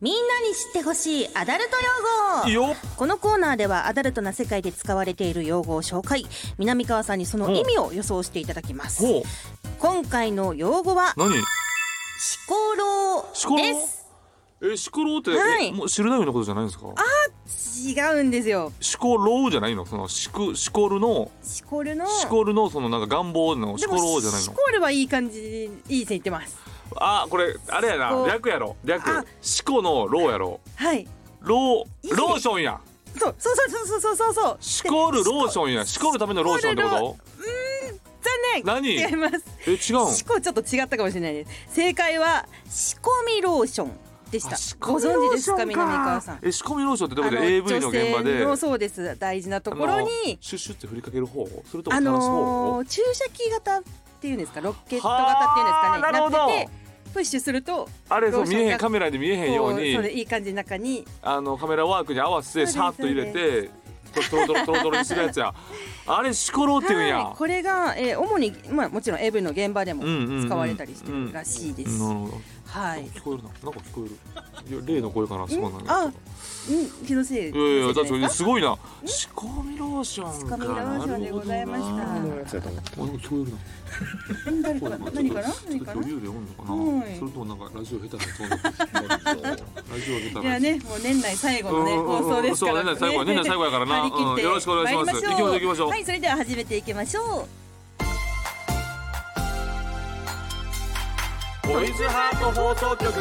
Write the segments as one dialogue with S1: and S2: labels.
S1: みんなに知ってほしいアダルト用語
S2: よっ
S1: このコーナーではアダルトな世界で使われている用語を紹介南川さんにその意味を予想していただきます
S2: ほう
S1: 今回の用語は
S2: 何
S1: シコロ
S2: シコロ
S1: です
S2: えシコロウって、
S1: はい
S2: えもう知るなようなことじゃないんですか
S1: 違うんですよ
S2: シコロウじゃないのそのシクシコルの
S1: シコルの
S2: シコルのそのなんか願望のシ
S1: で
S2: コ
S1: も
S2: ロウじゃない
S1: シ
S2: の
S1: コルはいい感じいい線いってます
S2: あこれあれや
S1: シ
S2: な
S1: コ
S2: 略やろ
S1: あ
S2: 略シコのロウやろ
S1: はい
S2: ロ
S1: いい
S2: ウローションや
S1: そうそうそうそうそうそうそう
S2: シコルローションやシコるためのローションって
S1: シコル
S2: こ
S1: 残
S2: 何
S1: 念違います
S2: とえ違うん
S1: シコちょっと違ったかもしれないです正解は仕込みローションでした
S2: あ仕込
S1: ご
S2: みローショ
S1: 存知です
S2: ン
S1: か南川さん
S2: え仕込みローションってど
S1: あ
S2: こで
S1: の
S2: AV の現場
S1: 女性
S2: で
S1: のそうです大事なところに
S2: シュッシュって振りかける方それとも
S1: あ
S2: 垂らす
S1: の
S2: 方
S1: ー注射器型っていうんですかロケット型っていうんですかね
S2: はあなるほど
S1: っててプッシュすると
S2: あれそう
S1: ローシ
S2: 見
S1: ョン
S2: えへ
S1: が
S2: んカメラで見えへんよ
S1: こ
S2: う
S1: う
S2: に
S1: それいい感じの中に
S2: あのカメラワークに合わせてシャッと入れてトロトロトロトロにするや つやあれシコロっていうんや、
S1: はいこれが、えー主に、まあ、もちろん AV の現場でも
S2: うんうんうん
S1: 使われたりしてるらしいです、
S2: なるほど
S1: はい、うん
S2: 聞こえるななんか聞こえるいや例の声かなそうなん
S1: あ
S2: だ
S1: 気のせい
S2: いやいやだ
S1: 気
S2: っ
S1: のせいじゃないで
S2: て
S1: すか
S2: すごいな仕込みローションか
S1: 仕込みローションでございました
S2: なるほどなあなんか聞こえるな
S1: うん誰かな何かな
S2: ちょっ
S1: 何
S2: と
S1: か
S2: 余
S1: な
S2: 裕で読んのかな、
S1: はい
S2: それともなんかラジオ下手なそうなラ ジオ下手
S1: じゃ
S2: な
S1: あね、もう年内最後のね、
S2: うんうんうん
S1: 放送ですから、ね。
S2: そう年内最後は年内最後やからな
S1: 張り切って
S2: うんよろしくお願いします
S1: 参り
S2: 行きましょう行きましょう
S1: はい、それでは始めていきましょ
S2: ボイズハート放送局
S1: う。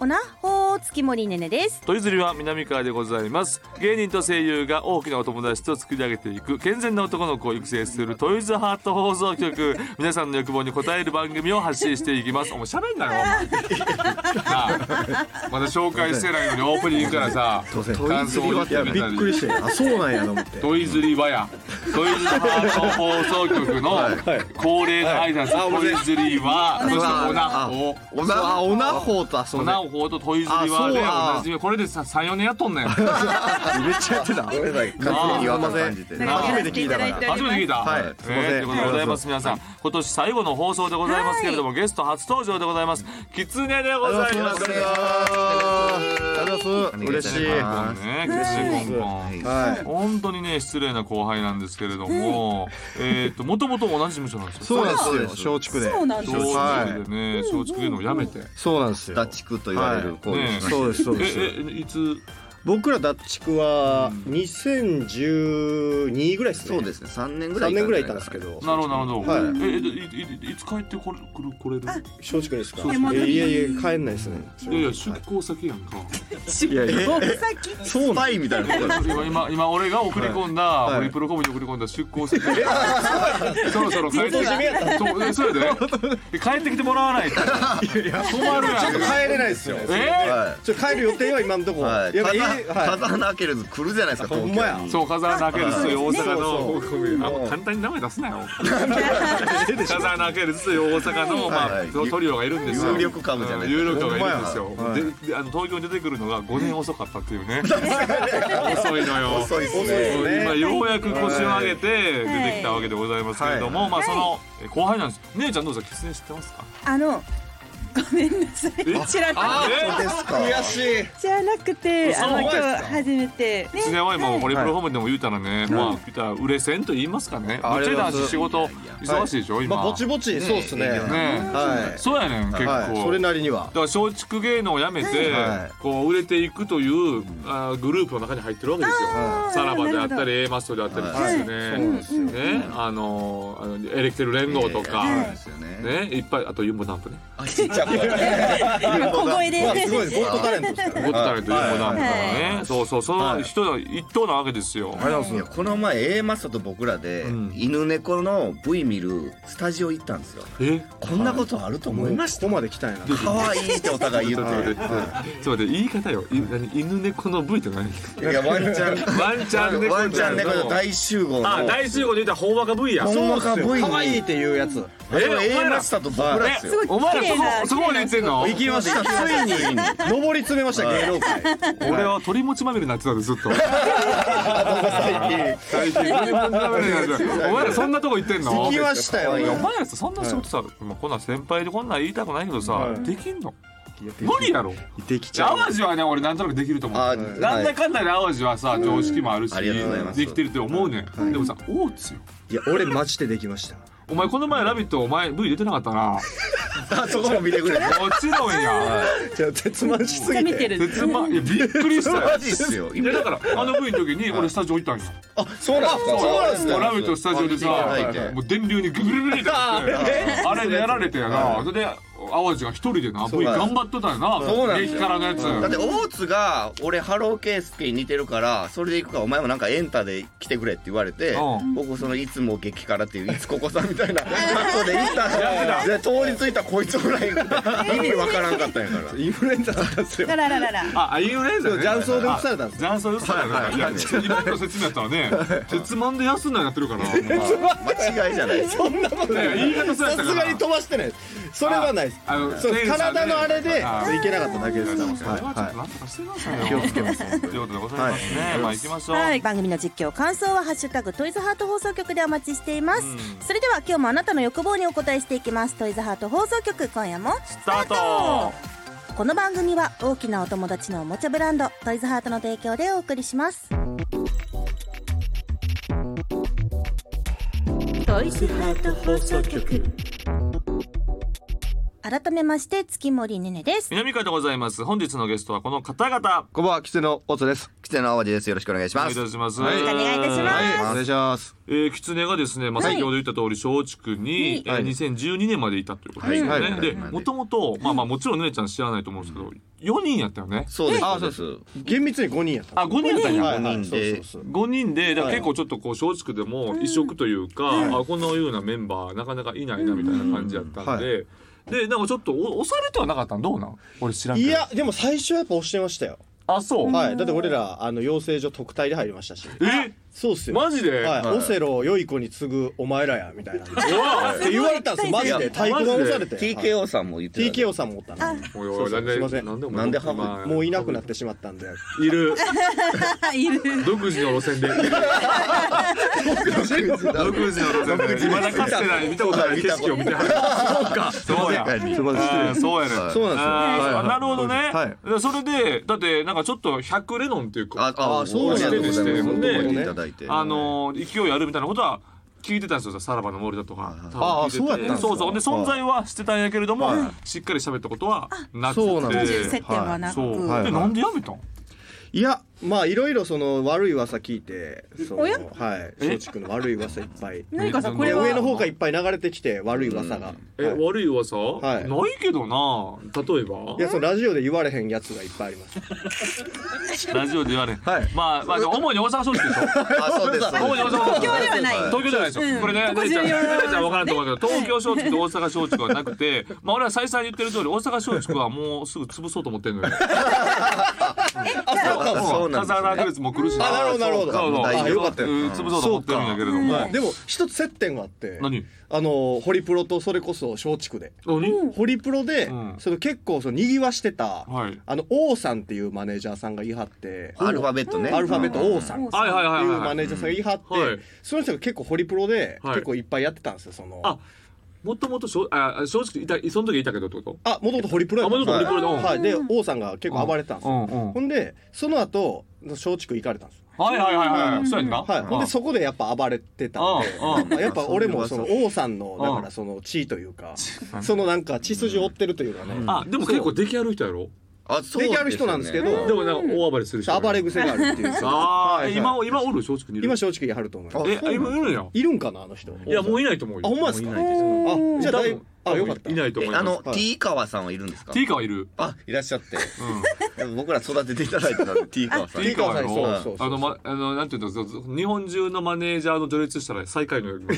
S1: おなほー月森ねねです。
S2: トイズリは南川でございます芸人と声優が大きなお友達と作り上げていく健全な男の子を育成するトイズハート放送局皆さんの欲望に応える番組を発信していきますお前喋んなよお前なあまだ紹介してないのにオープニングからさ
S3: 当然
S2: 感想を言って
S3: いや
S2: み
S3: びった
S2: り
S3: くりしてあそうなんやと思って
S2: トイズリはやトイズハート放送局の恒例の挨拶、トイズリは、そしてオナホ
S3: おなあおなほうとあそう
S2: オ
S3: ね
S2: ナホとトイズリはでお
S3: あそう
S2: なじみこれでさ34年やっとんねん初
S3: めっちゃやってた
S4: ごめんなさい、勝手に違和感感じて。
S1: なんか
S3: 初めて聞いたか
S1: やって
S3: ら
S1: だ
S2: めて聞いた
S3: はい
S2: えー
S3: すいません
S2: ということでございます皆さん今年最後の放送でございますけれどもゲスト初登場でございますキツネでございます
S3: ありがとうございます嬉しい
S2: もう
S3: は
S2: ねキツネコンコン
S3: い
S2: 本当にね失礼な後輩なんですけれどもえーっともともと同じ事務所なんですよ
S3: そうなんですよ松竹で
S1: そうなんです
S2: 松
S1: よ
S2: 竹
S3: は
S2: でね松竹芸能をやめて
S3: いそうなんですよ
S4: ダチクと言われる行為
S2: ね
S4: ですね。
S3: そうですそうです
S2: ええいつ
S3: 僕らダッチクは2012ぐらいですね
S4: そうですね、三年ぐら
S3: 3
S4: い。
S3: 年ぐらいいたんですけ。ど
S2: なるほどなるほど、
S3: はい
S2: ええいいいいつ帰ってこれくるこれる
S3: 松竹ですか
S1: いやまだ
S3: いやいや帰んないですね
S2: いやいや出向先やんか
S3: いやいや
S1: お先
S3: そう
S4: ス
S3: なん
S4: パイみたいなことなんです
S2: 今今今俺が送り込んだ、
S3: い
S2: ホリプロコムに送り込んだ出向先そろそろ帰って
S3: 実は
S2: そうえそうやで帰ってきてもらわないと困るやん
S3: 帰
S2: か
S3: れないですよ
S2: え
S4: は
S3: ちょ帰る予定は今のとこ
S4: い。はい。
S3: やっぱいい
S4: 風
S3: はい
S4: 風穴開けるず来るじゃないですか、
S3: ほ
S4: 東
S3: んまや
S4: 京に。
S2: そう風穴開けるすよ大阪
S3: そ
S2: の
S3: うそう
S2: あもう簡単に名前出す なよ風穴開けるすよ大阪の、まあ
S4: はい
S2: そのトリオがいるんですよ
S4: 有力株じゃない
S2: 有
S4: ですか。
S2: 力株がいるんですよ
S3: ほんまやはい
S2: でであの東京に出てくるのが5年遅かったっていう ね遅いのよ
S4: 遅いです
S3: 遅い
S4: ね。
S3: ね
S2: 今ようやく腰を上げて出てきたわけでございますけれども、まあそのえ後輩なんです。姉ちゃんどうぞキツネ知ってますか？
S1: あの、ごめんなさ
S2: え
S1: い。知らな
S2: あ
S4: そうですか。
S3: 悔しい
S1: じゃなくて、あの、
S3: 嘘
S1: 今日初めて。
S2: キツネ
S1: ね、
S2: は今ホリプロホームでも言うたらね、まあ言うたら売れ線と言いますかね。
S3: あ
S2: めっ
S3: り
S2: ち
S3: が
S2: ゃ
S3: とうございます
S2: 男子仕事忙しいでしょ
S3: まあ
S2: 今
S3: ぼ。ちぼちそうですね
S4: ね
S2: ね、
S3: は
S2: そうやねん結
S3: いはいそれ
S2: 構。
S3: なりには
S2: だから松竹芸能をやめて
S4: はい
S2: こう売れていくというあーグループの中に入ってるわけですよ
S1: あ。ー
S2: さらばであ
S1: な
S2: った
S1: るほど
S2: り A マストであったり
S4: はい
S2: ですよ
S3: そう
S2: ね
S3: なん。ですよ
S2: ね、あのーあのエレキテル連合とか。
S4: そうですよね。
S2: ね、いっぱいあとユンボダンプね。
S4: あ、ちっちゃく。
S1: 小声
S3: まあすごい
S1: で。
S3: ですボットタレントです
S2: ゴ
S3: から
S2: ッドタレントユンボダンプとか
S1: は
S2: ね。そうそう、その人の一等なわけですよ。
S4: いやこの前 A マストと僕らで
S2: うん
S4: 犬猫の V 見るスタジオ行ったんですよ
S2: え、
S4: こんなことあると思いまし
S3: ここまで来たんやな
S4: た可愛いってお互い
S2: ちょ
S4: 言
S2: っ
S4: っ
S2: と待って、
S4: て
S2: ちょっと待ってちょっと待って言い方よ。い何犬猫の V って何？
S4: いやワンちゃん
S2: ワンちゃん猫
S4: ワンちゃん猫の大集合の
S2: あ、大集合で言ったら本若 V や。
S4: ほんまか V
S3: 可愛いっていうやつ
S4: あれは A
S2: えお前
S4: ブラスターとドブラです
S1: す
S4: よ
S1: ごい
S2: お前
S1: 綺麗
S2: ら
S1: な
S2: そそこまで言ってんの
S3: 綺麗な人行きました
S4: ついに
S3: 上り詰めました芸能界
S2: 俺は鳥もちまみれになってたんでずっと最近鳥もちまみれになってたお前らそんなとこ行ってんの
S3: 行きましたよ
S2: いやお前らさそんな仕事さ、まあこんなん先輩でこんなん言いたくないけどさ、
S3: はい
S2: できんの無理やろ
S3: できちゃう
S2: 淡路はね俺なんとなくできると思
S4: あ
S2: うなんだかんだで淡路はさ常識もあるし
S4: ありがとうございます
S2: できてるって思うねんでもさ大津よ
S3: いや俺マジでできました
S2: お前この前「ラビット!」お前 V 出てなかったな
S4: あそこも見てくれ
S2: もちろんや
S3: じゃあ絶慢しすぎ
S1: 見て
S3: て
S1: る
S2: 絶まいやびっくりしたよ
S4: マジっすよ
S2: いやだからあの V の時に俺スタジオ行ったんよ
S4: あそうなんですか
S3: そうなんですか
S2: もうラビット!」スタジオで
S4: あ見ていただ
S2: さ
S4: いて
S2: もう電流にぐるぐるぐるってなってあれやられてやなそれで淡路が一人でな V 頑張ってたよ
S4: そう
S2: な
S4: なんです
S2: 激
S4: よ
S2: 辛のやつ
S4: だって大津が俺ハローケースケに似てるからそれで行くからお前もなんかエンタで来てくれって言われて
S2: うん
S4: 僕そのいつも激辛っていういつここさんみたいな格好で行ったんで当日行ったらこいつぐらい意味わからんかったんやから
S3: インフルエンザだったんですよ
S1: あらららら。
S2: ああインフルエンザね
S3: 雀荘で移されたんです
S2: 雀荘よさやな、
S4: はいい
S2: やちょっと今の説明やったらね鉄マンで安んなになってるからもう
S4: 間違いじゃないですか
S3: そんなこと
S2: いや言い方そうやった
S3: さ
S2: から
S3: すがに飛ばしてないですそれはないです
S2: ああの
S3: そう
S2: テンション
S3: 体のあれで
S2: あー
S3: いけなかっただけです
S2: でもそれ
S3: はい
S2: はちょっ
S3: は
S2: と
S3: い
S2: なんとかしてくださいよ気をつけますということでございますね、まあ行きましょう、
S1: はい、番組の実況感想は「ハッシュタグトイズハート放送局」でお待ちしています、
S2: うん
S1: それでは今日もあなたの欲望にお答えしていきますトイズハート放送局今夜も
S2: スタート
S1: この番組は大きなお友達のおもちゃブランドトイズハートの提供でお送りしますトイズハート放送局改めまして月森ねねです
S2: 南川でございます本日のゲストはこの方々
S3: こんばんはキツネの大津です
S4: 北の淡路ですよろしくお願いし
S2: お願
S4: ま
S2: いい
S4: す
S2: たします、
S3: はい
S1: お願いいたします
S3: お願いします
S2: えー、狐がですね、まあ、
S1: はい
S2: 先ほど言った通り松竹に、
S3: はい
S2: えー、2012年までいたということですよね、
S4: はいはい
S2: で
S4: はい
S2: もともとまあまあもちろんねねちゃん知らないと思うんですけど4人やったよね
S4: そうですそうです
S3: 厳密に5人やった
S2: あ5人やったんや、
S3: はいはい
S4: 五人で
S3: そうそうそう
S2: 5人でだから
S3: はい
S2: 結構ちょっとこう松竹でも異色というか、あこのようなメンバーなかなかいないなみたいな感じやったんで、でなんかちょっとお押されてはなかったんどうなん俺知らんけ
S3: い
S2: ど
S3: やでも最初はやっぱ押してましたよ
S2: あそう、
S3: はいだって俺らあの養成所特待で入りましたし
S2: え
S3: そうっすよ
S2: マジで、
S3: はい、
S4: はい
S3: オセロ良い子に次ぐお前らやみたいなっ
S2: うわ
S3: て言われたんですよマジ
S4: い
S3: で
S4: や
S3: 太鼓が押されてはい
S4: TKO さんも言ってた
S3: TKO さんもおったな
S2: おい
S3: そ
S2: お
S3: う
S2: い
S3: そ
S2: な
S3: う
S2: ん
S3: すい
S2: で
S3: ません
S2: なんでお前
S4: なんでハブ
S2: 今
S3: もういなくなってしまったんではい
S2: る
S1: いる
S2: 独自の路線で 独自の路線で未だかつてない見たことない景色を見てはるそうかそうや
S4: はい
S3: ません
S2: あーそうやね
S4: はい
S3: そうなんですよ
S2: あー
S3: はい
S2: あなるほどね、
S3: はい
S2: でそれでだってなんかちょっと100レノンっていうか
S4: ああ
S3: そうなんです
S4: そう
S2: ね
S4: 覚えていただいて
S2: あのー勢いあるみたいなことは聞いてたんですよさらばの森だとか多分
S3: あ
S2: 聞
S3: あ
S2: いてて
S3: そうやったんですか
S2: そうそうで存在はしてたんやけれども、しっかり喋ったことはなくて
S3: そうなんですよ
S1: 接点はなく、
S2: そう、
S3: はい
S2: でなんでやめたん
S3: いやまあいろいろその悪い噂聞いてその
S1: おや
S3: はい
S2: え
S3: 松竹の悪い噂いっぱい
S1: 何かさこ
S3: い
S1: れ
S3: や
S1: は
S3: 上の方からいっぱい流れてきて悪い噂が、
S2: え、
S3: はい
S2: 悪い噂、
S3: い
S2: ないけどな例えば
S3: いやそのラジオで言われへんやつがいっぱいあります
S2: ラジオで言われん、
S4: はい
S2: まあまあでも主に大阪松竹でしょ
S4: あそうですそうです
S2: 主に大阪松竹
S1: 今日ではない
S2: 東京じゃないですよ、
S1: うん
S2: これね
S1: ここ
S2: ねねちゃん
S1: 重要な
S2: ねねちゃん分からんと思うけど東京松竹と大阪松竹はなくてまあ俺は再三言ってる通り大阪松竹はもうすぐ潰そうと思ってんのよ
S4: あそうなん
S2: 笠原
S4: で
S2: ルーツも来るし
S3: あなるほどなるほど
S2: そうそう
S3: あ
S2: そう
S3: よかったよ
S2: うん潰そうと思ってるんだけれども、
S3: はいでも一つ接点があって
S2: 何
S3: あのホリプロとそれこそ松竹で
S2: 何、
S3: ホリプロで、
S2: うん
S3: その結構その賑わしてた、
S2: はい
S3: あの王さんっていうマネージャーさんが言い張って
S4: アルファベットね
S3: アルファベット王さんって
S2: はいはいはいいうはい
S3: マネージャーさんが言い張って、
S2: うんはい
S3: その人が結構ホリプロで
S2: はい
S3: 結構いっぱいやってたんですよその
S2: あもともとしょあ正直いたその時いたけどってこと
S3: あもともとホリプロやったんですよ
S2: あ元々ホリプロでうん
S3: はい、で王さんが結構暴れてたんですよ、
S2: うんうん
S3: ほんでその後松竹行かれたんですよ
S2: はいはいはいはい、そうやんな、
S3: はい、ほんでそこでやっぱ暴れてたんで
S2: うんうん
S3: まあやっぱ俺もその
S4: あ
S3: 王さんの
S2: ん
S3: だからその地位というかそのなんか血筋を追ってるというかね
S2: あでも結構出来ある人やろ
S4: あそう
S3: 出来ある人なんですけど
S2: でもなんか大暴れする人やろ
S3: 暴れ癖があるっていう
S2: ああ、
S3: はいはい
S2: 今今おる松竹にい
S3: 今
S2: る
S3: 松竹に貼ると思います
S2: え今いるんや
S3: いるんかなあの人
S2: いやもういないと思うよ
S3: あほんまですか
S4: もういないです
S3: あじゃあだいぶ
S2: 多分
S3: あよかった
S2: いないと思い
S4: え
S2: ます
S4: あの
S3: はい
S4: T 川さんはいるんですか
S2: ティーカはいる
S4: あいらっしゃって
S2: うん
S4: 僕ら育てていただいてたんで T 川さん
S3: ティーカワさん
S2: ティーカワ
S3: そうそうそう
S2: あの、ま、あの、なんていうんだろう、日本中のマネージャーの序列したら最下位のように。 で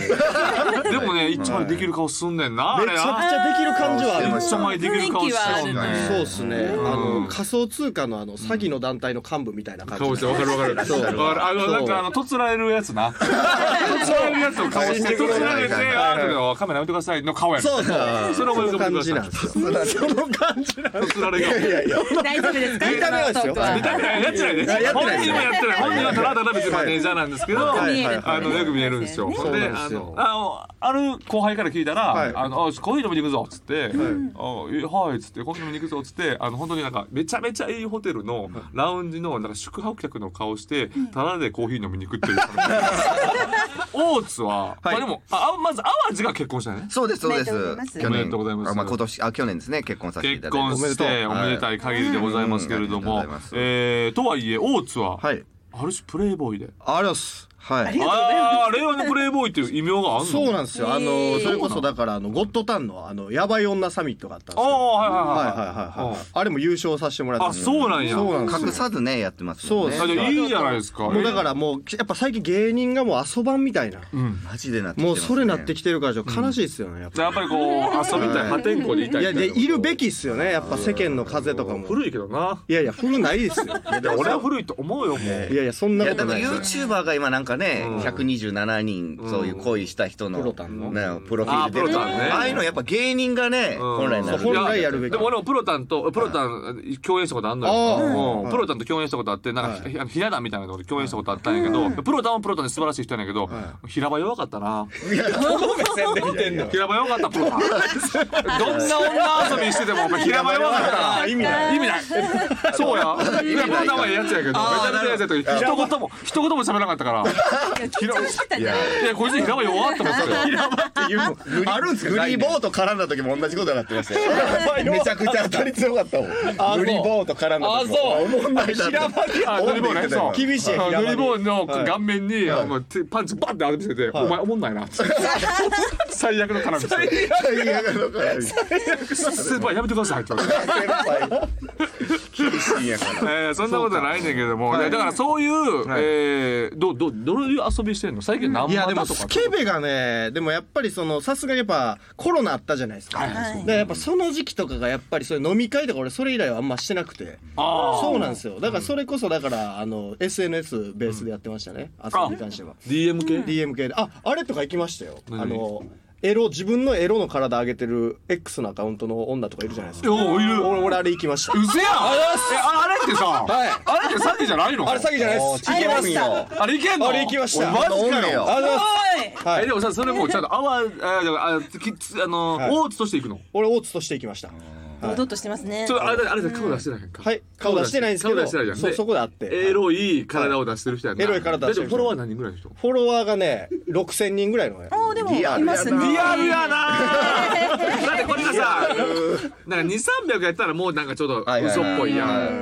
S2: もね、一枚できる顔すんねんな、あ
S3: め
S2: れ
S3: ちゃく
S2: な。
S3: ちゃできる感じはあ
S4: ゃ
S3: り
S4: め
S3: ま
S4: ち
S3: す
S4: ゃ
S2: 一枚できる顔してるん
S4: 雰囲気はあるね
S3: そう
S2: ね
S3: で。すねあ
S2: うん
S3: の仮想通貨のあの詐欺の団体の幹部みたいな感じ
S2: 顔してわかるわかる。わ
S4: そう
S2: かるあの、
S3: そう
S2: なんか、あの、とつられる やつな。とつられるやつを顔して、とつられて、
S4: はいはいはい
S2: あーだけどカメラやめてくださいの顔やね。
S3: そうそう
S4: あー
S2: それを思い浮かべてください
S3: そ
S4: そうなんですよ
S3: の感じなんです
S2: つられ
S4: い
S2: が
S4: やいやいや
S1: 大丈夫ですか
S4: 見た目はですよ
S1: このトーク
S2: 見た目はやってないです
S4: はいやって
S2: 本
S4: ないです
S2: 人もやってない本人はただただ別にマネージャーなんですけど、
S4: はいはい
S2: あのよく見えるんですよ。
S1: ね
S2: ほん
S3: そう
S2: で
S3: なん
S2: あ
S3: です
S2: の
S3: よ
S2: あのある後輩から聞いたら「
S4: はい
S2: あのあコーヒー飲みに行くぞ」っつって「あえはい」っつって「コーヒー飲みに行くぞ」っつってあの本当になんかめちゃめちゃいいホテルのラウンジのなんか宿泊客の顔してただでコーヒー飲みに行くっていう。大津は、まあでもああまず淡路が結婚したよね。
S5: そうですそ
S1: おめで
S5: うで
S1: とうございます
S5: す。
S2: おめでとうございます
S5: あまあ今年あ去年ですね結婚させていただ
S2: 結
S5: いて。
S2: 婚してお
S5: はい
S2: めでたい限りでございますけれど
S5: うん
S2: も
S5: ありがとうございます、
S2: えーとはいえ大津は、
S5: はい。
S2: ある種プレイボーイで。
S5: ありがとうございます。はい。
S2: ああー令和のプレイボーイっていう異名があんの。
S3: そうなんですよ。あ
S1: へ
S3: の
S1: ー
S3: それこそだからあのゴッドタンのあのヤバい女サミットがあったんで
S2: あ
S3: すけど。
S2: あはい
S3: はい
S2: は
S3: はい
S2: いはい。
S3: はい
S2: う
S3: は
S2: ん
S3: い。あれも優勝させてもらって。
S2: あそうなんや
S3: そうなん
S5: 隠
S3: ですよ。
S5: さずねやってますもんね。
S3: そ
S2: あ
S3: う
S2: じ
S3: で
S2: ゃ
S3: す
S2: あいいじゃないですか。
S3: もうだからもうやっぱ最近芸人がもう遊ばんみたいな。
S2: うん。
S5: マジでなってきて
S3: も
S5: ま
S3: う
S5: すね
S3: それなってきてるからちょっと悲しいですよね。やっぱ
S2: やっぱりこう遊びたい破天荒でいたい。
S3: いやでいるべきっすよね。やっぱ世間の風とかも。
S2: 古いけどな。
S3: いやいや古ないですよ。
S5: いや
S2: い
S5: で
S2: や
S5: も
S2: 俺は古いと思うよもう。
S3: いやいやそんない
S5: や
S3: こと
S5: でも
S3: ないです
S5: ユ
S3: よ
S5: ー。チューバーが今なんかね、
S2: うん
S5: 127人そういう恋した人の、
S3: プロタンの
S5: ねプロフィール出
S2: あプ
S5: る
S2: ロタンね
S5: ああいうのやっぱ芸人がね、
S2: うん
S5: 本来な
S3: そう
S5: る
S3: 本来やるべ
S5: べ
S3: き。
S2: でも俺もプロタンとプロタン共演したことあんのよ、
S3: あー
S2: うんプロタンと共演したことあってなんか、
S3: はい
S2: ひあのひな壇みたいなとこで共演したことあったんやけど、プロタンはプロタンで素晴らしい人やねんけど、平場弱かったな平場弱かったプ ロタンどんな女遊びしててもお前平場弱かったな
S3: 意味ない。
S2: 意味ない。そうや。いや、プロタンはええやつやけど、めちゃめちゃええやつやったけど一言も、一言も喋らなかったから。
S1: いや緊張してたんじゃない
S2: いや、こいつ 平場弱って思ってたよ。
S4: あるんですかグリボーと絡んだ時も同じことになってましたよめちゃくちゃ当たり強かったもんグリボーと絡んだ時も
S2: あそう
S4: 思んないな
S3: 平場に
S2: あ、ドリボーね、そう。
S3: 厳しい
S2: あドリボーの
S3: はい
S2: 顔面に、あの手パンチバンって当ててて、お前おもんないな。 最悪の絡みして。
S4: 最悪の絡み
S2: 先輩やめてくださいって言われて。
S4: 先輩厳しいんやから
S2: えーそんなことはないねんだけども、だからそういう、えーどうどうどういう遊びしてんの？最近何
S3: いや
S2: 万
S3: で
S2: だ
S3: も
S2: とか
S3: ス。ケベがねでもやっぱりそのさすがにやっぱコロナあったじゃないですか、
S1: はい
S3: でやっぱその時期とかがやっぱりそういう飲み会とか俺それ以来はあんましてなくて
S2: あー
S3: そうなんですよだからそれこそだからあの SNS ベースでやってましたね、遊びに関しては
S2: DM 系？
S3: DM 系でああれとか行きましたよ
S2: 何
S3: あのエロ自分のエロの体上げてる X のアカウントの女とかいるじゃないですか
S2: おいる。
S3: 俺俺あれ行きました
S2: うせやん。えああれってさ、あれって詐欺じゃないの？
S3: あれ詐欺じゃないで
S4: もう
S3: す
S4: チキンよ
S2: あれいけんの？
S3: あれ行きました
S2: おいマジ
S4: 飲
S2: か
S4: め
S2: よ
S4: よ。
S3: ありがとうございます
S1: は
S3: はい
S2: えでもさそれ もうちゃんとあわああきつあの、
S3: はい
S2: 大津としていくの。
S3: 俺大津として行きました
S1: い堂々としてますね
S2: ちょっとあれだあれで顔出してないやんか。
S3: はい顔出してないんですけ
S2: 顔出してないじゃ
S3: ど
S2: ん
S3: そう
S2: で
S3: そこであって
S2: エロい体を出してる人やんな。
S3: エロい体出
S2: だっ
S3: してる
S2: て
S3: 人
S2: フォロワー何人ぐらいの人？
S3: フォロワーがね6000人ぐらいのね
S1: おーでもい
S4: リアルやな
S1: ますね
S2: リアルやな。 だってこれがさ、なんか二三百やったらもうなんかちょっと
S4: はいはい
S2: 嘘
S4: はい
S2: っぽいや
S4: はい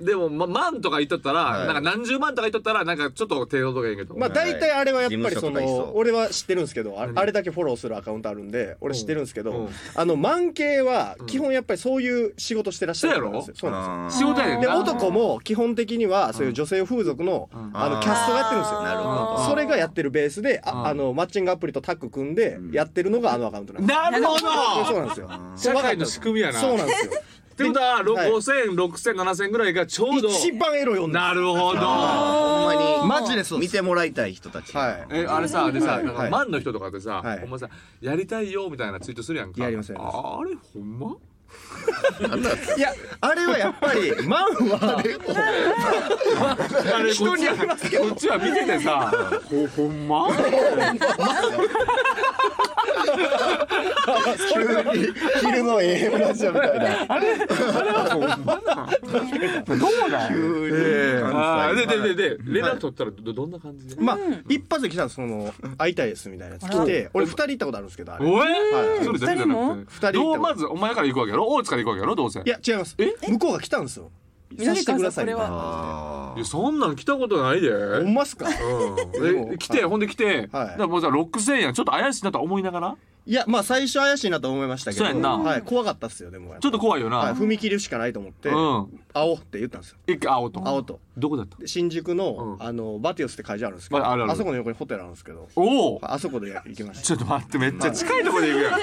S2: ん。でもま万とか言っとったら、
S4: い
S2: なんか何十万とか言っとったらなんかちょっと程度とかやんけど。
S3: まあ大体あれはやっぱり
S4: 事
S3: そ
S4: 務所とかいそう
S3: の俺は知ってるんですけどあ
S2: 何
S3: あれだけフォローするアカウントあるんで俺知ってるんですけ
S2: うんうん
S3: どあのマン系は基本やっぱりそういう仕事してらっしゃるんですよそうなん
S4: あー
S2: 仕事やねん
S3: で
S2: な。
S3: すよで男も基本的にはそういう女性風俗の
S2: ん
S3: あのキャストがやってるんですよ
S1: あー
S5: なるほ
S3: それがやってるベースで
S2: うん
S3: ああのマッチングアプリとタッグ組んでやってるのがあのアカウントなんです
S2: なるほど。
S3: そうなんですよ
S2: 社会の仕組みやな。
S3: そうなんですよ
S2: ってことは、ろ
S3: はい
S2: 5000、6000、7000ぐらいがちょうど。
S3: 一番エロ読んで
S2: なるほど。
S4: ほんまに
S3: マジでそうで
S4: 見
S3: す
S4: てもらいたい人たち
S3: はい
S2: え、あれさ、でさ、
S3: はい
S2: なんか
S3: はい
S2: マンの人とかでさ
S3: は、い
S2: ほんまさ、やりたいよみたいなツイートするやんか。
S3: やりますやります
S2: ああれ、ほん ま
S3: いやあれはやっ ぱりマンは
S2: あれ、人にやりますけど。こっちは見ててさ、ほ、ほんま
S4: 急 に昼の AM ラジオみたいな 急に
S2: あーで、で、で、で、連絡取ったらどどんな感じで
S3: まあ、一発で来たんですその「会いたいです」みたいなやつ来て俺二人行ったことあるんですけどあれ
S2: おえ
S3: はい
S2: それだけじゃなくて。
S3: 二人も
S2: どうまず、お前から行くわけやろ大津から行くわけやろどうせ。
S3: いや違います向こうが来たんですよさせてくださいみたいな
S2: や、そんなん来たことないで。
S3: ほんますかで
S2: うん、え
S3: も
S2: 来て、
S3: はい
S2: ほんで来て、
S3: はい
S2: だからもうさ6000やんちょっと怪しいなと思いながら
S3: いやまあ最初怪しいなと思いましたけど
S2: そうやんな
S3: はい、怖かったっすよでも
S2: ちょっと怖いよな、
S3: はい、踏み切るしかないと思って
S2: うん
S3: 「青」って言ったんですよ
S2: 一回青と
S3: 「青」と。
S2: どこだった
S3: で新宿の,、
S2: うん
S3: あのバティオスって会社あるんですけど、
S2: まああるある
S3: そこの横にホテルあるんですけど
S2: おお
S3: あそこで行きまし
S2: ちょっと待ってめっちゃ近いとこで行くやんえ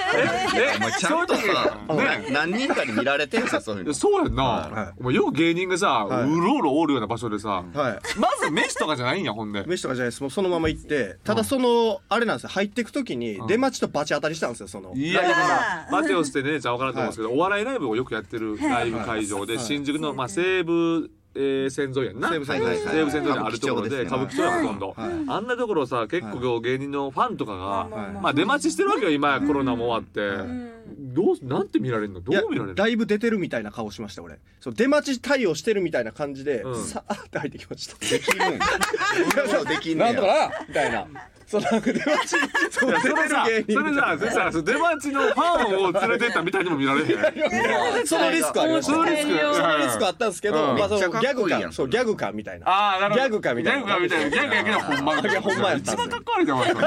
S2: え
S4: お前ちゃんとさ
S2: そういう時ね
S4: 何人かに見られてんさそういう
S2: いや
S4: の
S2: そうやんな、
S4: は
S2: お前よく芸人がさ、
S3: はいう
S2: ろうろおるような場所でさ、
S3: たはい
S2: まず飯とかじゃないんやほんで
S3: 飯とかじゃないですもうそのまま行ってただその、あれなんですよ入ってく時に出待ちとバチ当たりりしたんですよその
S2: いやいや
S1: あー
S2: まあ、待てをしてねちゃんわからんと思うんですけど、お笑いライブをよくやってるライブ会場で、
S3: はい
S2: 新宿の、まあ、西武、えー線沿いやんな
S3: 西武線
S5: 沿いはい
S2: 西武線沿いにあるところで歌
S5: 歌
S2: 舞
S5: 舞
S2: 伎
S5: 伎
S2: 町やほとんど、
S3: はい
S2: あんなところさ結構芸人のファンとかが、
S1: はい
S3: はい
S2: まあ出待ちしてるわけよ今やコロナも終わって、
S1: うん
S2: どうなんて見られるのど
S3: いや
S2: う見られるの
S3: だいぶ出てるみたいな顔しました俺そう出待ち対応してるみたいな感じで、
S2: うん
S3: さあって入ってきました
S4: できるんそうできんね
S3: な
S4: や
S3: んとかなみたいなそうなんか出待ちそう
S2: いや
S3: 出
S2: そ
S3: てる
S2: れさ
S3: 芸人
S2: それさそれさその出待ちのファンを連れてったみたいにも見られへん
S3: そのリスクありました
S2: そのリスク
S3: そのリスクあったんですけど、
S2: うん
S3: まあその
S4: めっちゃ
S3: ギ
S4: か
S3: ャ
S4: っこい
S3: グ
S4: いやん
S3: かそうギャグかみたいな
S2: ああなるほど
S3: ギャグかみたいな
S2: ギャグかみたいなギャグやけどほんま
S3: いやほんまやった
S2: 一
S3: んで
S2: 番
S3: すね
S2: かっこ悪いじゃんお前それ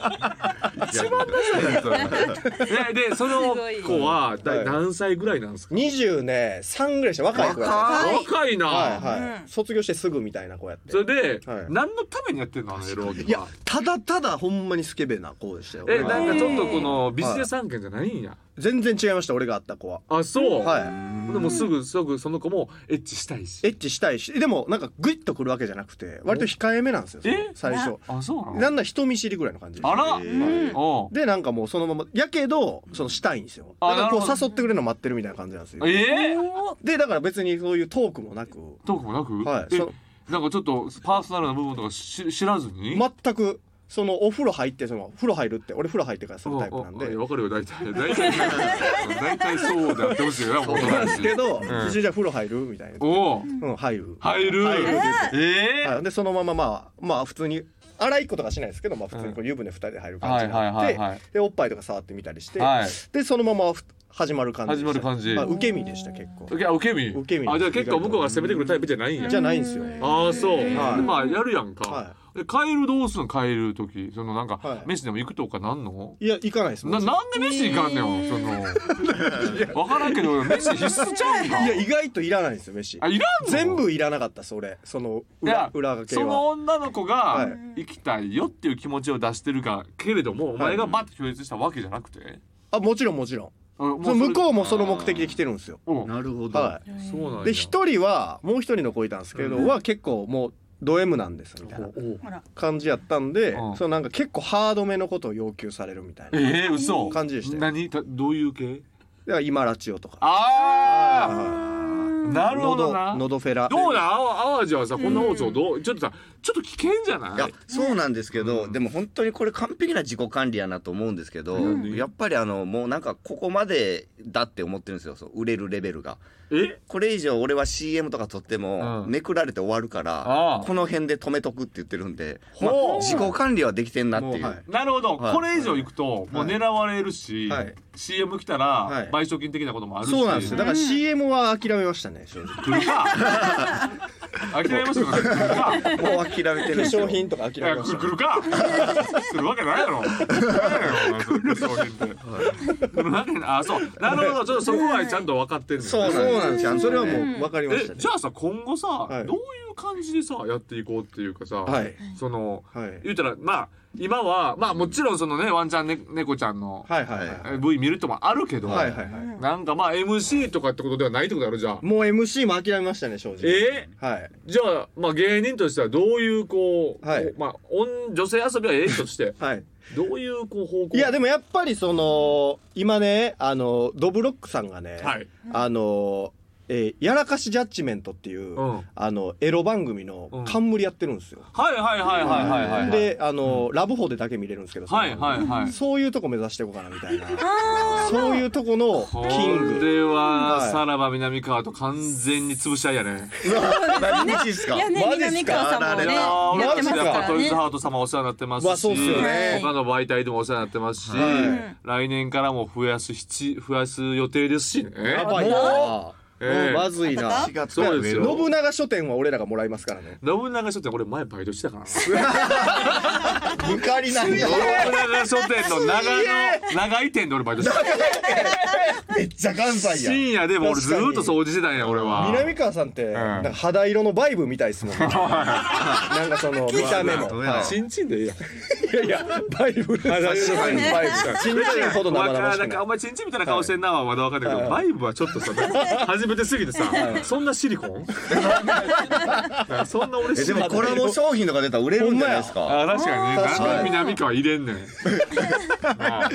S2: 一番ダサい やんそれででその子はだい何歳ぐらいなんですか
S3: 20ね3ぐらいでした若い子やった
S1: 若い
S2: 若いな、
S3: はいはい、
S1: うん
S3: 卒業してすぐみたいな子やって
S2: それで、
S3: はい
S2: 何のためにやってんのあのエロ
S6: い
S2: ギ
S6: や
S2: は
S6: ただただほんまにスケベな子でしたよ
S2: えなんかちょっとこのビジネス案件じゃないんや
S3: 全然違いました俺があった子は
S2: あそう、
S3: は
S2: でもすぐすぐその子もエッチしたい
S3: いエ
S2: し
S3: ッチしたいしでもなんかグイッとくるわけじゃなくて割と控えめなんですよ
S2: え
S3: 最初
S2: あそうなの
S3: なんなら人見知りぐらいの感じ
S2: あら、
S1: ん
S2: おう
S3: でなんかもうそのままやけどそのしたいんですよ
S2: あ
S3: だからこう
S2: なるほど
S3: 誘ってくれるの待ってるみたいな感じなんですよ
S2: ええ
S3: でだから別にそういうトークもなく
S2: トークもなく、
S3: はい
S2: え
S3: そ
S2: なんかちょっとパーソナルな部分とかし知らずに
S3: 全くそのお風呂入ってその風呂入るって俺風呂入ってからするタイプな
S2: お
S3: んで
S2: おおいわかるよ大体大体大体そうであってほしいよな本当
S3: なんですけど
S2: ん
S3: 一緒じゃあ風呂入るみたいな
S2: おおう
S3: うん入る
S2: 入る
S3: 入るって言って
S2: ええ
S3: はい、でそのまままあまあ普通に洗いっことかしないですけど、まあ、普通にこう湯船二人で入る感じになっ
S2: は
S3: て、
S2: いはいはいはい
S3: でおっぱいとか触ってみたりして、
S2: はい
S3: でそのままふ始まる感じでし
S2: 始
S3: た
S2: まる感じ
S3: まあ、受け身でした結構
S2: 受けあ受け身
S3: 受け身
S2: あじゃあ結構向こうが攻めてくるタイプじゃないんや
S3: じゃないんですよ、
S2: ああそう、
S3: はい
S2: でまあやるやんか、
S3: は
S2: で帰るどうすんの帰る時そのなんか、
S3: はい
S2: 飯でも行くとかなんの
S3: いや行かないです
S2: ななんで飯行かんねんその分からんけど飯必須ちゃうんか
S3: いや意外といらないんですよ飯
S2: あいらんの
S3: 全部いらなかったそれその
S2: い
S3: 裏
S2: や
S3: 裏掛け
S2: そ
S3: は
S2: の女の子
S3: は
S2: が
S3: い
S2: 行きたいよっていう気持ちを出してるがけれども、お前がバッと拒絶したわけじゃなくて、
S3: あもちろんもちろん
S2: あもう
S3: その向こうもその目的で来てるんですよ
S2: おう
S6: なるほど、
S3: は
S2: そうなんや
S3: いで一人はもう一人の子いたんですけど、は結構もうド M なんですみたいな
S2: おう
S1: ほら
S3: 感じやったんで、
S2: うん
S3: そのなんか結構ハードめのことを要求されるみたいな
S2: ええ嘘
S3: 感じでしたよ
S2: 何たどういう系
S3: だから今ラチオとか
S2: あ
S3: は
S2: あないるほどな
S3: のどフェラ
S2: どうだあ淡路はさこんな包丁どうちょっとさちょっと危険じゃない
S5: いやそうなんですけど、でも本当にこれ完璧な自己管理やなと思うんですけど、
S2: うん
S5: やっぱりあのもうなんかここまでだって思ってるんですよそう売れるレベルが
S2: え
S5: これ以上俺は CM とか撮っても
S2: うん
S5: めくられて終わるから、
S2: ああ
S5: この辺で止めとくって言ってるんで、まあ
S2: ほう
S5: 自己管理はできてんなっていう
S3: もうはい
S2: なるほど、
S5: はい
S2: これ以上行くともう狙われるし、
S3: はい
S2: CM 来た
S3: は
S2: ら
S3: い
S2: 賠償金的なこともあるし、
S3: そうなんですよだから CM は諦めましたね正直
S2: 来 るか諦めましたけど来るか
S5: もう諦めて
S3: 化
S5: るんですよ
S3: 粧品とか諦
S2: い
S3: め
S2: や
S3: ま
S2: 来
S3: し
S2: る
S3: た
S2: 来るか来るわけないやろ来るわけないやろ来るわけないあ そうなるほどちょっとそこはちゃんと分かってんねん
S5: そう
S3: そうなんです
S5: ちゃ
S3: よ
S5: んとね
S3: それはもう分かりま
S2: え
S3: したね
S2: じゃあさ今後さ、
S3: はい
S2: どういう感じでさやっていこうっていうかさ、
S3: はい
S2: その
S3: はい
S2: 言うたらまあ今はまあもちろんそのねワンちゃんね猫ちゃんの
S3: はいはいはい
S2: え V 見るともあるけど、
S3: はいはいは
S2: なんかまあ MC とかってことではないってことあるじゃん
S3: い。もう MC も諦めましたね正直
S2: え
S3: はい
S2: じゃあまあ芸人としてはどういうこう、
S3: はい
S2: まあ女女性遊びはええとして
S3: はい
S2: どういうこう方向
S3: いやでもやっぱりその今ねあのドブロックさんがね
S2: はい
S3: あのえーやらかしジャッジメントっていう
S2: うん
S3: あのエロ番組の冠やってるんですよ
S2: はいはいはいはいはいはいはい
S3: であのラブホでだけ見れるんですけどその
S2: はいはいはい
S3: そういうとこ目指していこうかなみたいな
S1: あ
S3: そういうとこの
S2: こ
S3: キング
S2: れは
S3: はい
S2: さらば南川と完全に潰し合いやね
S5: 何日です
S1: ー
S5: か
S1: いやね
S5: マジっ
S1: 南
S5: すか
S1: 川さんも
S5: あら
S1: ね
S5: れ
S2: いや
S5: だ
S2: ー
S1: やっ
S2: マ
S1: て
S2: ジ
S1: ま
S2: でや
S1: すか
S2: っぱ
S1: ら
S2: トイ
S1: ね
S2: ズハート様お世話になってますし、
S3: うわそうっすよ
S1: ね
S2: 他の媒体でもお世話になってますし、来年からも増やす必増やす予定ですしね。
S3: やばいな
S2: ええ
S3: うんまずいな
S5: 4月
S2: そうですよ
S3: 信長書店は俺らがもらいますからね
S2: 信長書店俺前バイトしてたからな信
S5: ゆかりないよ
S2: 長書店の長野長井店で俺バイトしてた
S5: めっちゃ関西やん
S2: 深夜でもう俺ずーっと掃除してたんや俺は
S3: 南川さんってなんか肌色のバイブみたいですもんねなんかその見た目も
S5: どうや
S3: は
S2: ちんちんでいいやん
S3: いいやいやバイブ確
S2: かに
S3: バイブちんちんほど生
S2: わか
S3: 々
S2: ら
S3: し
S2: な
S3: く
S2: ん
S3: な
S2: か
S3: い
S2: お前ちんちんみたいな顔してんなはまだわかんないけどバイブはちょっとさ初初めてすぎてさそんなシリコンそんな俺
S5: え
S2: シリ
S5: で
S2: コ
S5: も
S2: ン
S5: コラボ商品とか出たら売れるんじゃないですか。
S2: あ確かにねなんで南川入れんねんなあ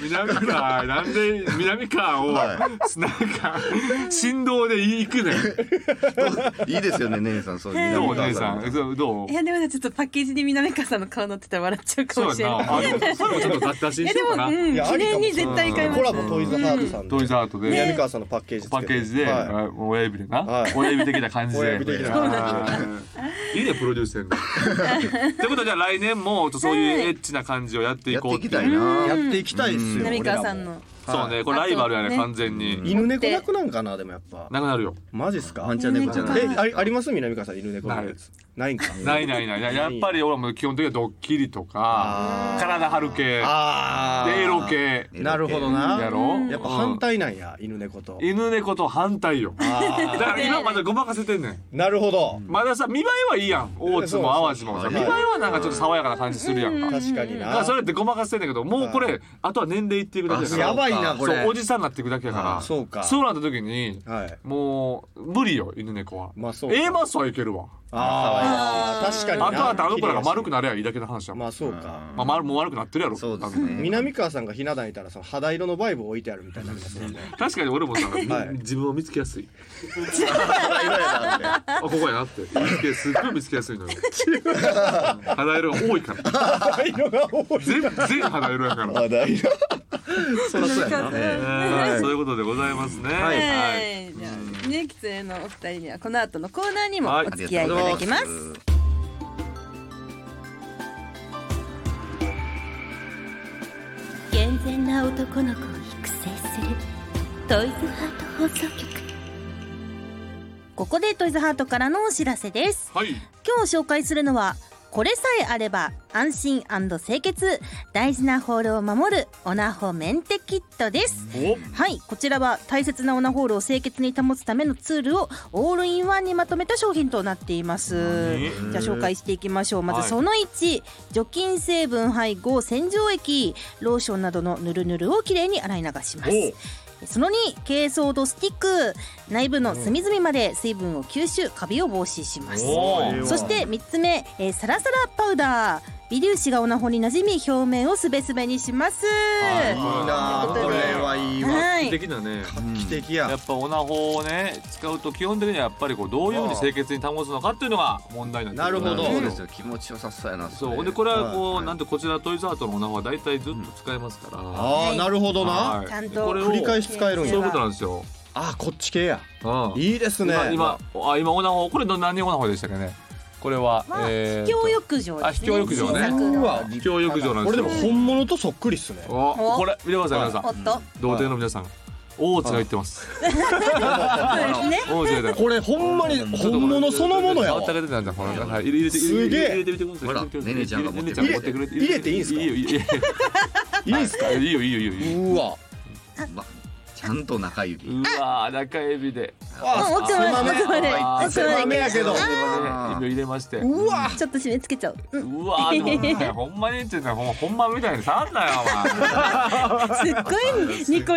S2: 南川なんで南川をなんか振動で行くねん
S5: いいですよね、ねねさん。そう
S2: どう
S5: 南
S2: お姉
S5: 川
S2: さ
S5: さん
S2: んそうどう
S7: いやでもねちょっとパッケージに南川さんの顔乗ってたら笑っちゃうか
S2: そ
S7: も
S2: う
S7: しれ
S2: や
S7: ない。
S2: なあでもそれもちょっと出し
S7: い
S2: に
S7: や
S2: し
S7: で
S2: よう
S7: も、
S2: かな
S7: うん、
S3: いや
S7: 記念に
S3: ありか
S7: 絶
S3: も
S7: 対買います。
S3: コラボトイズハートさん
S2: トイ
S3: で
S2: ズアートで
S3: 南川さんのパッケージつけて
S2: パッケージで、
S3: は
S2: あ親指でな、
S3: はい
S2: 親指的な感じで
S3: 親指的な
S2: はいいいねプロデュースやんのってことはじゃあ来年もそういうエッチな感じをやってい
S5: やっ
S2: こ
S5: て
S2: う
S5: い
S2: っていう
S5: きたいな。
S6: やっていきたいっすよ
S7: 南川さんの。
S2: そうねこれライバルやね
S7: あとね
S2: 完全に、
S5: うん
S3: 犬猫なくなんかなでもやっぱ
S2: なくなるよ
S3: マジっすか
S5: ワンちゃん猫ちゃん
S7: ワンち
S5: な
S7: ゃ
S3: え
S7: ん猫
S3: ありあります南川さん犬猫のやつないんか
S2: ないないないややっぱり俺はもう基本的にはドッキリとか体張る系
S3: あ
S2: でエロ系
S3: なるほどな
S2: やろ
S3: やっぱ反対なんや犬猫と
S2: うん犬猫と反対よだ
S3: あ
S2: から今まだごまかせてんねん
S3: ーなるほど
S2: まださ見栄えはいいやん大津も淡路もさ
S5: そう
S2: 見
S5: そう
S2: 栄えはなんかちょっと爽やかな感じするやんか
S3: 確かに
S2: だから
S3: な
S2: それってごまかしてんだけどもうこれあとは年齢いっていくだけだから
S3: やばいなこれ
S2: そうおじさんになっていくだけだから
S3: あそうか
S2: そうなった時に
S3: はい
S2: もう無理よ犬猫は
S3: まあそうか
S2: A マスはいけるわ
S3: あー確か
S2: あ
S3: に
S2: と
S3: な
S2: はあの子らが丸くなればいいだけの話やもん
S3: まあそうか
S2: まあ丸もう悪くなってるやろ
S5: そうです
S2: 多分
S5: ね。
S3: 南川さんがひな壇いたらその肌色のバイブ置いてあるみたいになりますよね
S2: 確かに俺もさ
S3: はい
S2: 自分を見つけやすいあここやなってで、すっごい見つけやすいのよ肌色が多いから
S3: 肌色が多い
S2: 全全肌色やから
S7: 南川さん
S2: はいそういうことでございますね。は
S7: はい、じゃあ、ね、きつねのお二人には、この後のコーナーにも
S2: はい
S7: お付き合いいただきます。
S8: 健全な男の子を育成するトイズハート放送局
S1: ここでトイズハートからのお知らせです
S2: い。
S1: 今日紹介するのはこれさえあれば安心清潔大事なホールを守るオナホメンテキットです
S2: お、
S1: はいこちらは大切なオナホールを清潔に保つためのツールをオールインワンにまとめた商品となっています
S2: 何
S1: じゃあ紹介していきましょうま
S2: は
S1: ず
S2: い
S1: その1、除菌成分配合洗浄液ローションなどのぬるぬるをきれいに洗い流しますその2珪藻土スティック内部の隅々まで水分を吸収カビを防止します
S2: おー
S1: そして3つ目、えーサラサラパウダー微粒子がオナホになじみ表面をすべすべにします
S2: はい
S5: いいなあ
S1: と
S5: こ
S1: いうことで
S5: れはいいわ。
S1: はい
S2: 的なね。
S5: 奇
S6: 的や
S2: やっぱオナホをね使うと基本的にはやっぱりこうどういうふうに清潔に保つのかっていうのが問題なんですよね
S6: なるほど
S5: そうですよ。気持ちよさそうやな。
S2: そう
S5: れ
S2: ほんでこれはこう、
S5: はい
S2: なんとこちらトイズハートのオナホは大体ずっと使えますから、
S6: ああなるほどな
S2: はい
S1: ちゃんと
S2: これを
S6: 繰り返し使えるん
S2: そういう
S6: や
S2: ことなんですよ、
S6: あこっち系や
S2: うん、
S6: いいですね
S2: 今今あ今オナホこれの何オナホでしたっけねこれは、
S1: まあ
S2: えー
S1: 秘境浴場ですね
S2: あ秘境浴場ね
S1: 新作の
S6: うわ
S2: 秘境浴場なんで
S6: これ
S2: す
S6: で
S2: よ
S6: も本物とそっくりっすね
S2: お
S1: お
S2: これ見てください皆さん
S1: おっと
S2: 童貞の皆さん大津が言ってます
S1: そうですね
S2: 大津が言ってます
S6: これほんまに本物そのものやわ
S2: 触ってあげてたんだこれはい入れて入れ
S6: すげえ
S2: て入れてみてください
S5: ほら
S2: 入れて
S5: ねねちゃんが持ってた
S2: ねねちゃんが持ってくれて
S3: 入れていいんすか
S2: いいよいいよ
S6: いいんすか
S2: いいよいいよいいよいいよ
S6: うわ
S5: まちゃんと中指。
S2: うわー中指で
S1: うん奥まで奥まで
S2: あ
S1: 奥まで
S6: やけど
S5: あー
S2: 指を入れまして
S6: うわ
S1: ちょっと締め付けちゃう、うん、
S2: うわーでもねほんまにって言うのはほんまみたいに触んなよ
S7: すっご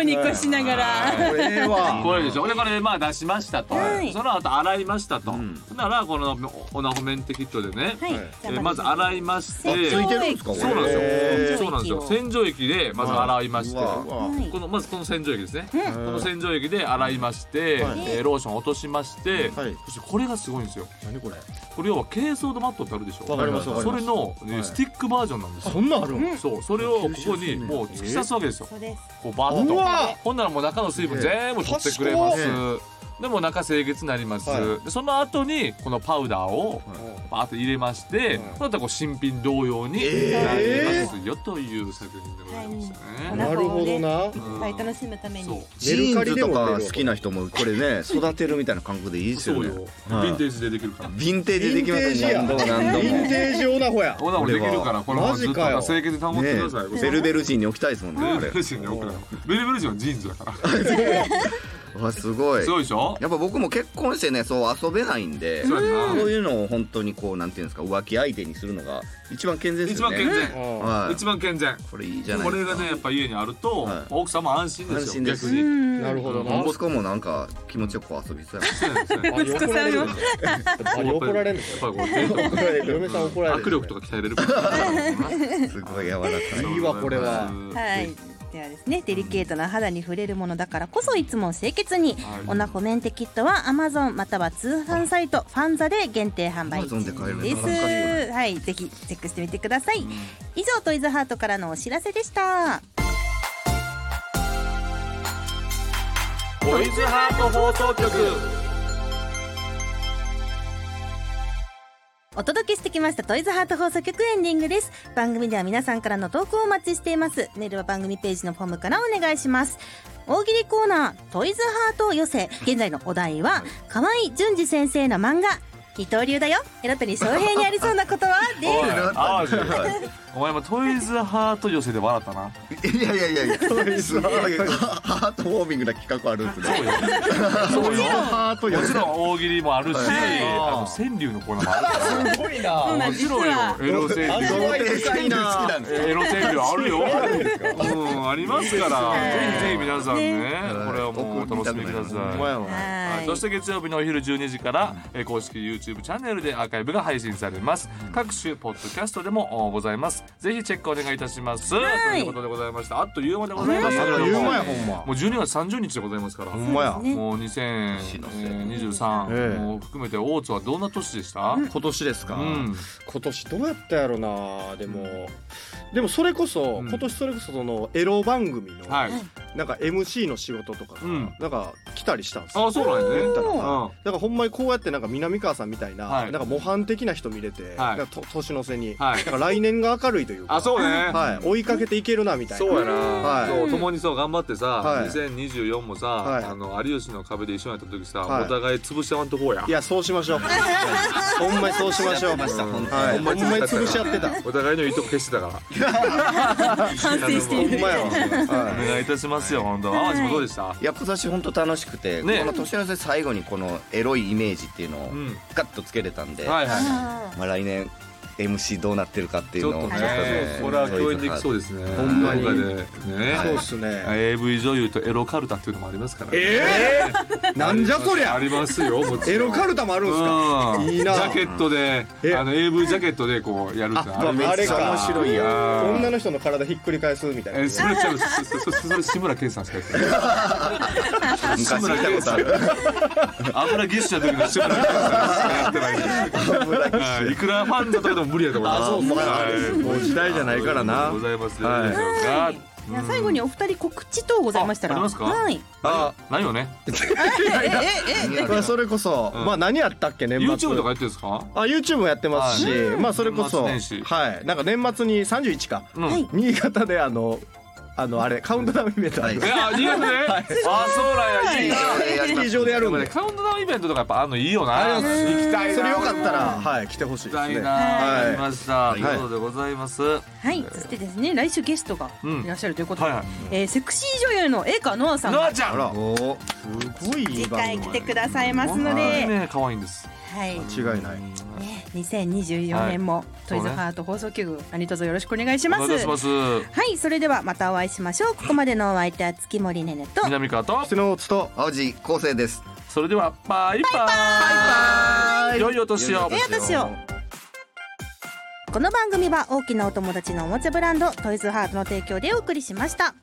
S7: い ニコニコしながら。
S2: お前
S6: これ
S2: あー
S6: は
S2: これでしょでこれでまあ出しましたと
S1: はい
S2: その後洗いましたと
S5: ん
S2: ならこのオナホメンテキットでね
S1: はい、
S2: えーまず洗いまして
S1: 洗浄液
S5: ついてるんですかこれ
S2: そうなんです
S1: へ
S2: よ
S1: ー
S2: そうなんですよ洗浄液でまず洗いまして
S5: う
S2: こ
S1: はい
S2: のまずこの洗浄液ですねこの洗浄液で洗いまして
S6: はい
S2: えーローション落としまして
S6: はい
S2: そしてこれがすごいんですよ
S6: 何これ
S2: これ要は珪藻土マットってあるでしょ
S6: わかりますわかり
S2: そ
S6: ま
S2: れ
S6: す
S2: のねスティックバージョンなんですよ
S6: そんなんあるん
S2: そうそれをここにもう突き刺すわけですよ
S1: そうです
S2: こうバーッ
S6: う
S2: と
S6: わ
S2: ほんならもう中の水分全部取ってくれますでもう中清潔になります、
S3: は
S2: でその後にこのパウダーをバーッと入れまして、
S3: はい
S2: その後こう新品同様になりますよという作品でございましたね、
S3: なるほどな
S7: いっぱい楽しむため
S2: そう
S7: に。
S5: ジーンズとか好きな人もこれね育てるみたいな感覚でいいです
S2: そ
S5: よ
S2: うよ、
S5: ね。
S2: ヴィンテージでできるから
S5: ヴィンテージ
S3: ヴィ
S5: で
S3: ン
S5: き
S3: テ
S5: ます
S3: ージや
S5: 何度も何度
S3: ヴィン
S5: も。
S3: テージオナホや
S2: オナもできるからこれもずっと
S3: マジかよ
S2: 清潔に保ってくださいよ、
S5: ねベルベル人に置きたいですもんね。
S2: ベ
S5: こ
S2: ルベ
S5: れ
S2: ル人に送るのベルベル人はジーンズだから
S5: わすごい
S2: すごいでしょ
S5: やっぱ僕も結婚してねそう遊べないんで
S2: そうや
S5: そういうのを本当にこうなんていうんですか浮気相手にするのが一番健全
S2: な
S5: です
S2: 一
S5: よ
S2: 番
S5: ね
S2: 健全
S5: はい
S2: 一番健全
S5: これいいじゃない
S2: こ
S5: で
S2: れ
S5: すか
S2: がねやっぱ家にあると、
S5: はい
S2: 奥様安心ですよ
S5: 安心です
S2: 逆に
S9: なるほどな。
S5: 息子もなんか気持ちよくこう遊びそうや
S2: そうですね
S10: 息子さんを
S9: バリ怒られるんです
S2: やっぱりこうデート
S9: 怒られる。嫁さん怒られる。
S2: 握力とか鍛えれるから
S5: もんすごい柔らかい
S2: い
S9: いわこれは
S1: はい。ではですね、デリケートな肌に触れるものだからこそいつも清潔に、オナホメンテキットは Amazon または通販サイトファンザで限定販売
S5: Amazon で買えるんだ
S1: ですはいぜひチェックしてみてください、以上トイズハートからのお知らせでした
S2: トイズハート放送局
S1: お届けしてきましたトイズハート放送局エンディングです番組では皆さんからの投稿をお待ちしていますメールは番組ページのフォームからお願いします大喜利コーナートイズハート寄せ現在のお題は河合淳二先生の漫画二刀流だよエロ谷翔平にありそうなことはで
S2: おい
S1: す
S2: あーじゃあお前もトイズハート寄せで笑ったない
S5: やいやいやいやすごいハートウォーミングな企画あるんですね
S2: そうよ
S3: ハート
S2: もちろん大喜利もあるし、
S5: はい
S2: あの川柳のコーナーもあるか
S9: すごいな。
S10: そうなん
S2: らも
S10: で
S2: ち
S10: す
S2: ろんよ
S10: は
S2: エロ川
S9: あそ
S2: 柳
S9: う
S5: 童貞川柳好きなんです
S2: エロ川柳あるようんありますからぜひぜひ皆さんねこれはもうお楽しみくだ
S3: お前
S2: さい
S3: は
S1: は
S2: はいそして月曜日のお昼12時から、えー公式 YouTube チャンネルでアーカイブが配信されます、各種ポッドキャストでもおございますぜひチェックお願いいたします
S1: はい
S2: ということでございましたあっという間でございましたけれども
S3: 言うまやほんま
S2: もう12月30日でございますから、
S3: ほんまや
S1: ね
S2: もう2023、
S3: ええ
S2: もう含めて大津はどんな年でした、うん
S3: 今年ですか今年どうやったやろなでもでもそれこそ、
S2: うん
S3: 今年それこそそのエロ番組の、
S2: はい、
S3: なんか MC の仕事とかが、
S2: うん
S3: なんか来たりしたんですよ
S2: あそうなんやね
S3: 言ったら
S2: うん
S3: なんかほんまにこうやってなんか南川さんみたいな、
S2: はい
S3: なんか模範的な人見れて、
S2: はい
S3: なんかと年の瀬に、
S2: はい
S3: なんか来年が明るいというか
S2: あそうね、
S3: はい、追いかけていけるなみたいな
S2: そうやな、
S3: はい
S2: そう共にそう頑張ってさ、
S3: はい
S2: 2024もさ、
S3: はい
S2: あの有吉の壁で一緒にやった時さ、
S3: はい
S2: お互い潰し合わんとこうや
S3: いやそうしましょうほんまにそうしましょうはい、ほんまに潰し合ってた
S2: お互いのいいとこ消してたから
S10: 反省してい
S3: ほ
S10: る
S3: んまやわ、
S2: お
S3: は
S2: 願いいたしますよ本当淡路もどうでした、
S5: いや今年本当楽しくて、
S2: ね
S5: この年の瀬最後にこのエロいイメージっていうのを
S2: うん
S5: ガッとつけれたんで、
S2: はいはい
S5: まあ、来年 MC どうなってるかってい
S2: ち
S5: う
S2: ょっ
S5: のを
S2: とね
S5: ね
S2: これは共演できそうですねほ
S3: んまに
S2: ね
S3: い、そうっすね
S2: AV 女優とエロカルタっていうのもありますからね
S3: えー、なんじゃそり
S2: あ
S3: ゃ
S2: りますよもちろん
S3: エロカルタもあるんすか
S2: うん
S3: いいな
S2: ジャケットで
S3: え
S2: あの AV ジャケットでこうやるってあ
S3: あれか
S5: 面白いやん
S2: あー
S3: 女の人の体ひっくり返すみたいな
S2: え それちゃうそそそそれ志村けんさんしかやってない
S5: 昔
S2: 志村
S5: 見
S2: け
S5: たこ
S2: ん
S5: と
S2: さ
S5: あ
S2: ん
S5: る
S2: 油ぎっしょの時の志村けんさんしかやってないはいいくらファンだとかでも無理やと思います
S5: あそうもうもう時代じゃないからな
S2: ございます
S5: はい
S2: は
S1: じゃあ最後にお二人告知等ございましたら
S2: あありますか
S1: はい
S5: あ
S2: ないよね
S3: まあそれこそ、
S2: うん
S3: まあ何やったっけ年末
S2: YouTube とかやってるんですか
S3: あ YouTube もやってますし、まあそれこそ
S2: 年末年始
S3: はいなんか年末に31か、
S2: うん
S1: はい
S3: 新潟であのあのあれカウントダウンイベントあり
S2: い
S3: ます
S2: やリアルねあそうなんやいいな
S3: ス キー場でや
S2: で
S3: るん
S2: もね
S3: で
S2: カウントダウンイベントとかやっぱあるのいいよな行きたいな
S3: それよかったらはい来てほ
S2: 行
S3: しい
S2: き
S3: で
S2: た
S3: す
S2: い
S3: ね
S2: な
S3: はい
S2: ありましたと
S3: い
S2: いうことでございますは
S1: はい、そしてですね来週ゲストが
S2: うん
S1: いらっしゃるということで、
S2: いは
S1: えーセクシー女優の栄川ノアさ
S2: い
S1: ん
S2: ノ
S1: が
S2: アちゃん
S5: らお
S3: すごいい
S1: 次
S3: い番
S1: 回
S3: 組
S1: 来てくださいますの
S2: はい
S1: で、
S2: ね可愛いんです
S1: はい、
S3: 間違いない
S1: ね2024年もトイズハート放送局何卒よろしくお願いしま
S2: お
S1: す。
S2: 願いします
S1: はい、それではまたお会いしましょう。ここまでのお相手は月森ねねと。
S2: 南川と
S3: スノーツと
S5: 青地昴生です
S2: それではバイバイ良いお年を
S1: 良いお年をこの番組は大きなお友達のおもちゃブランドトイズハートの提供でお送りしました。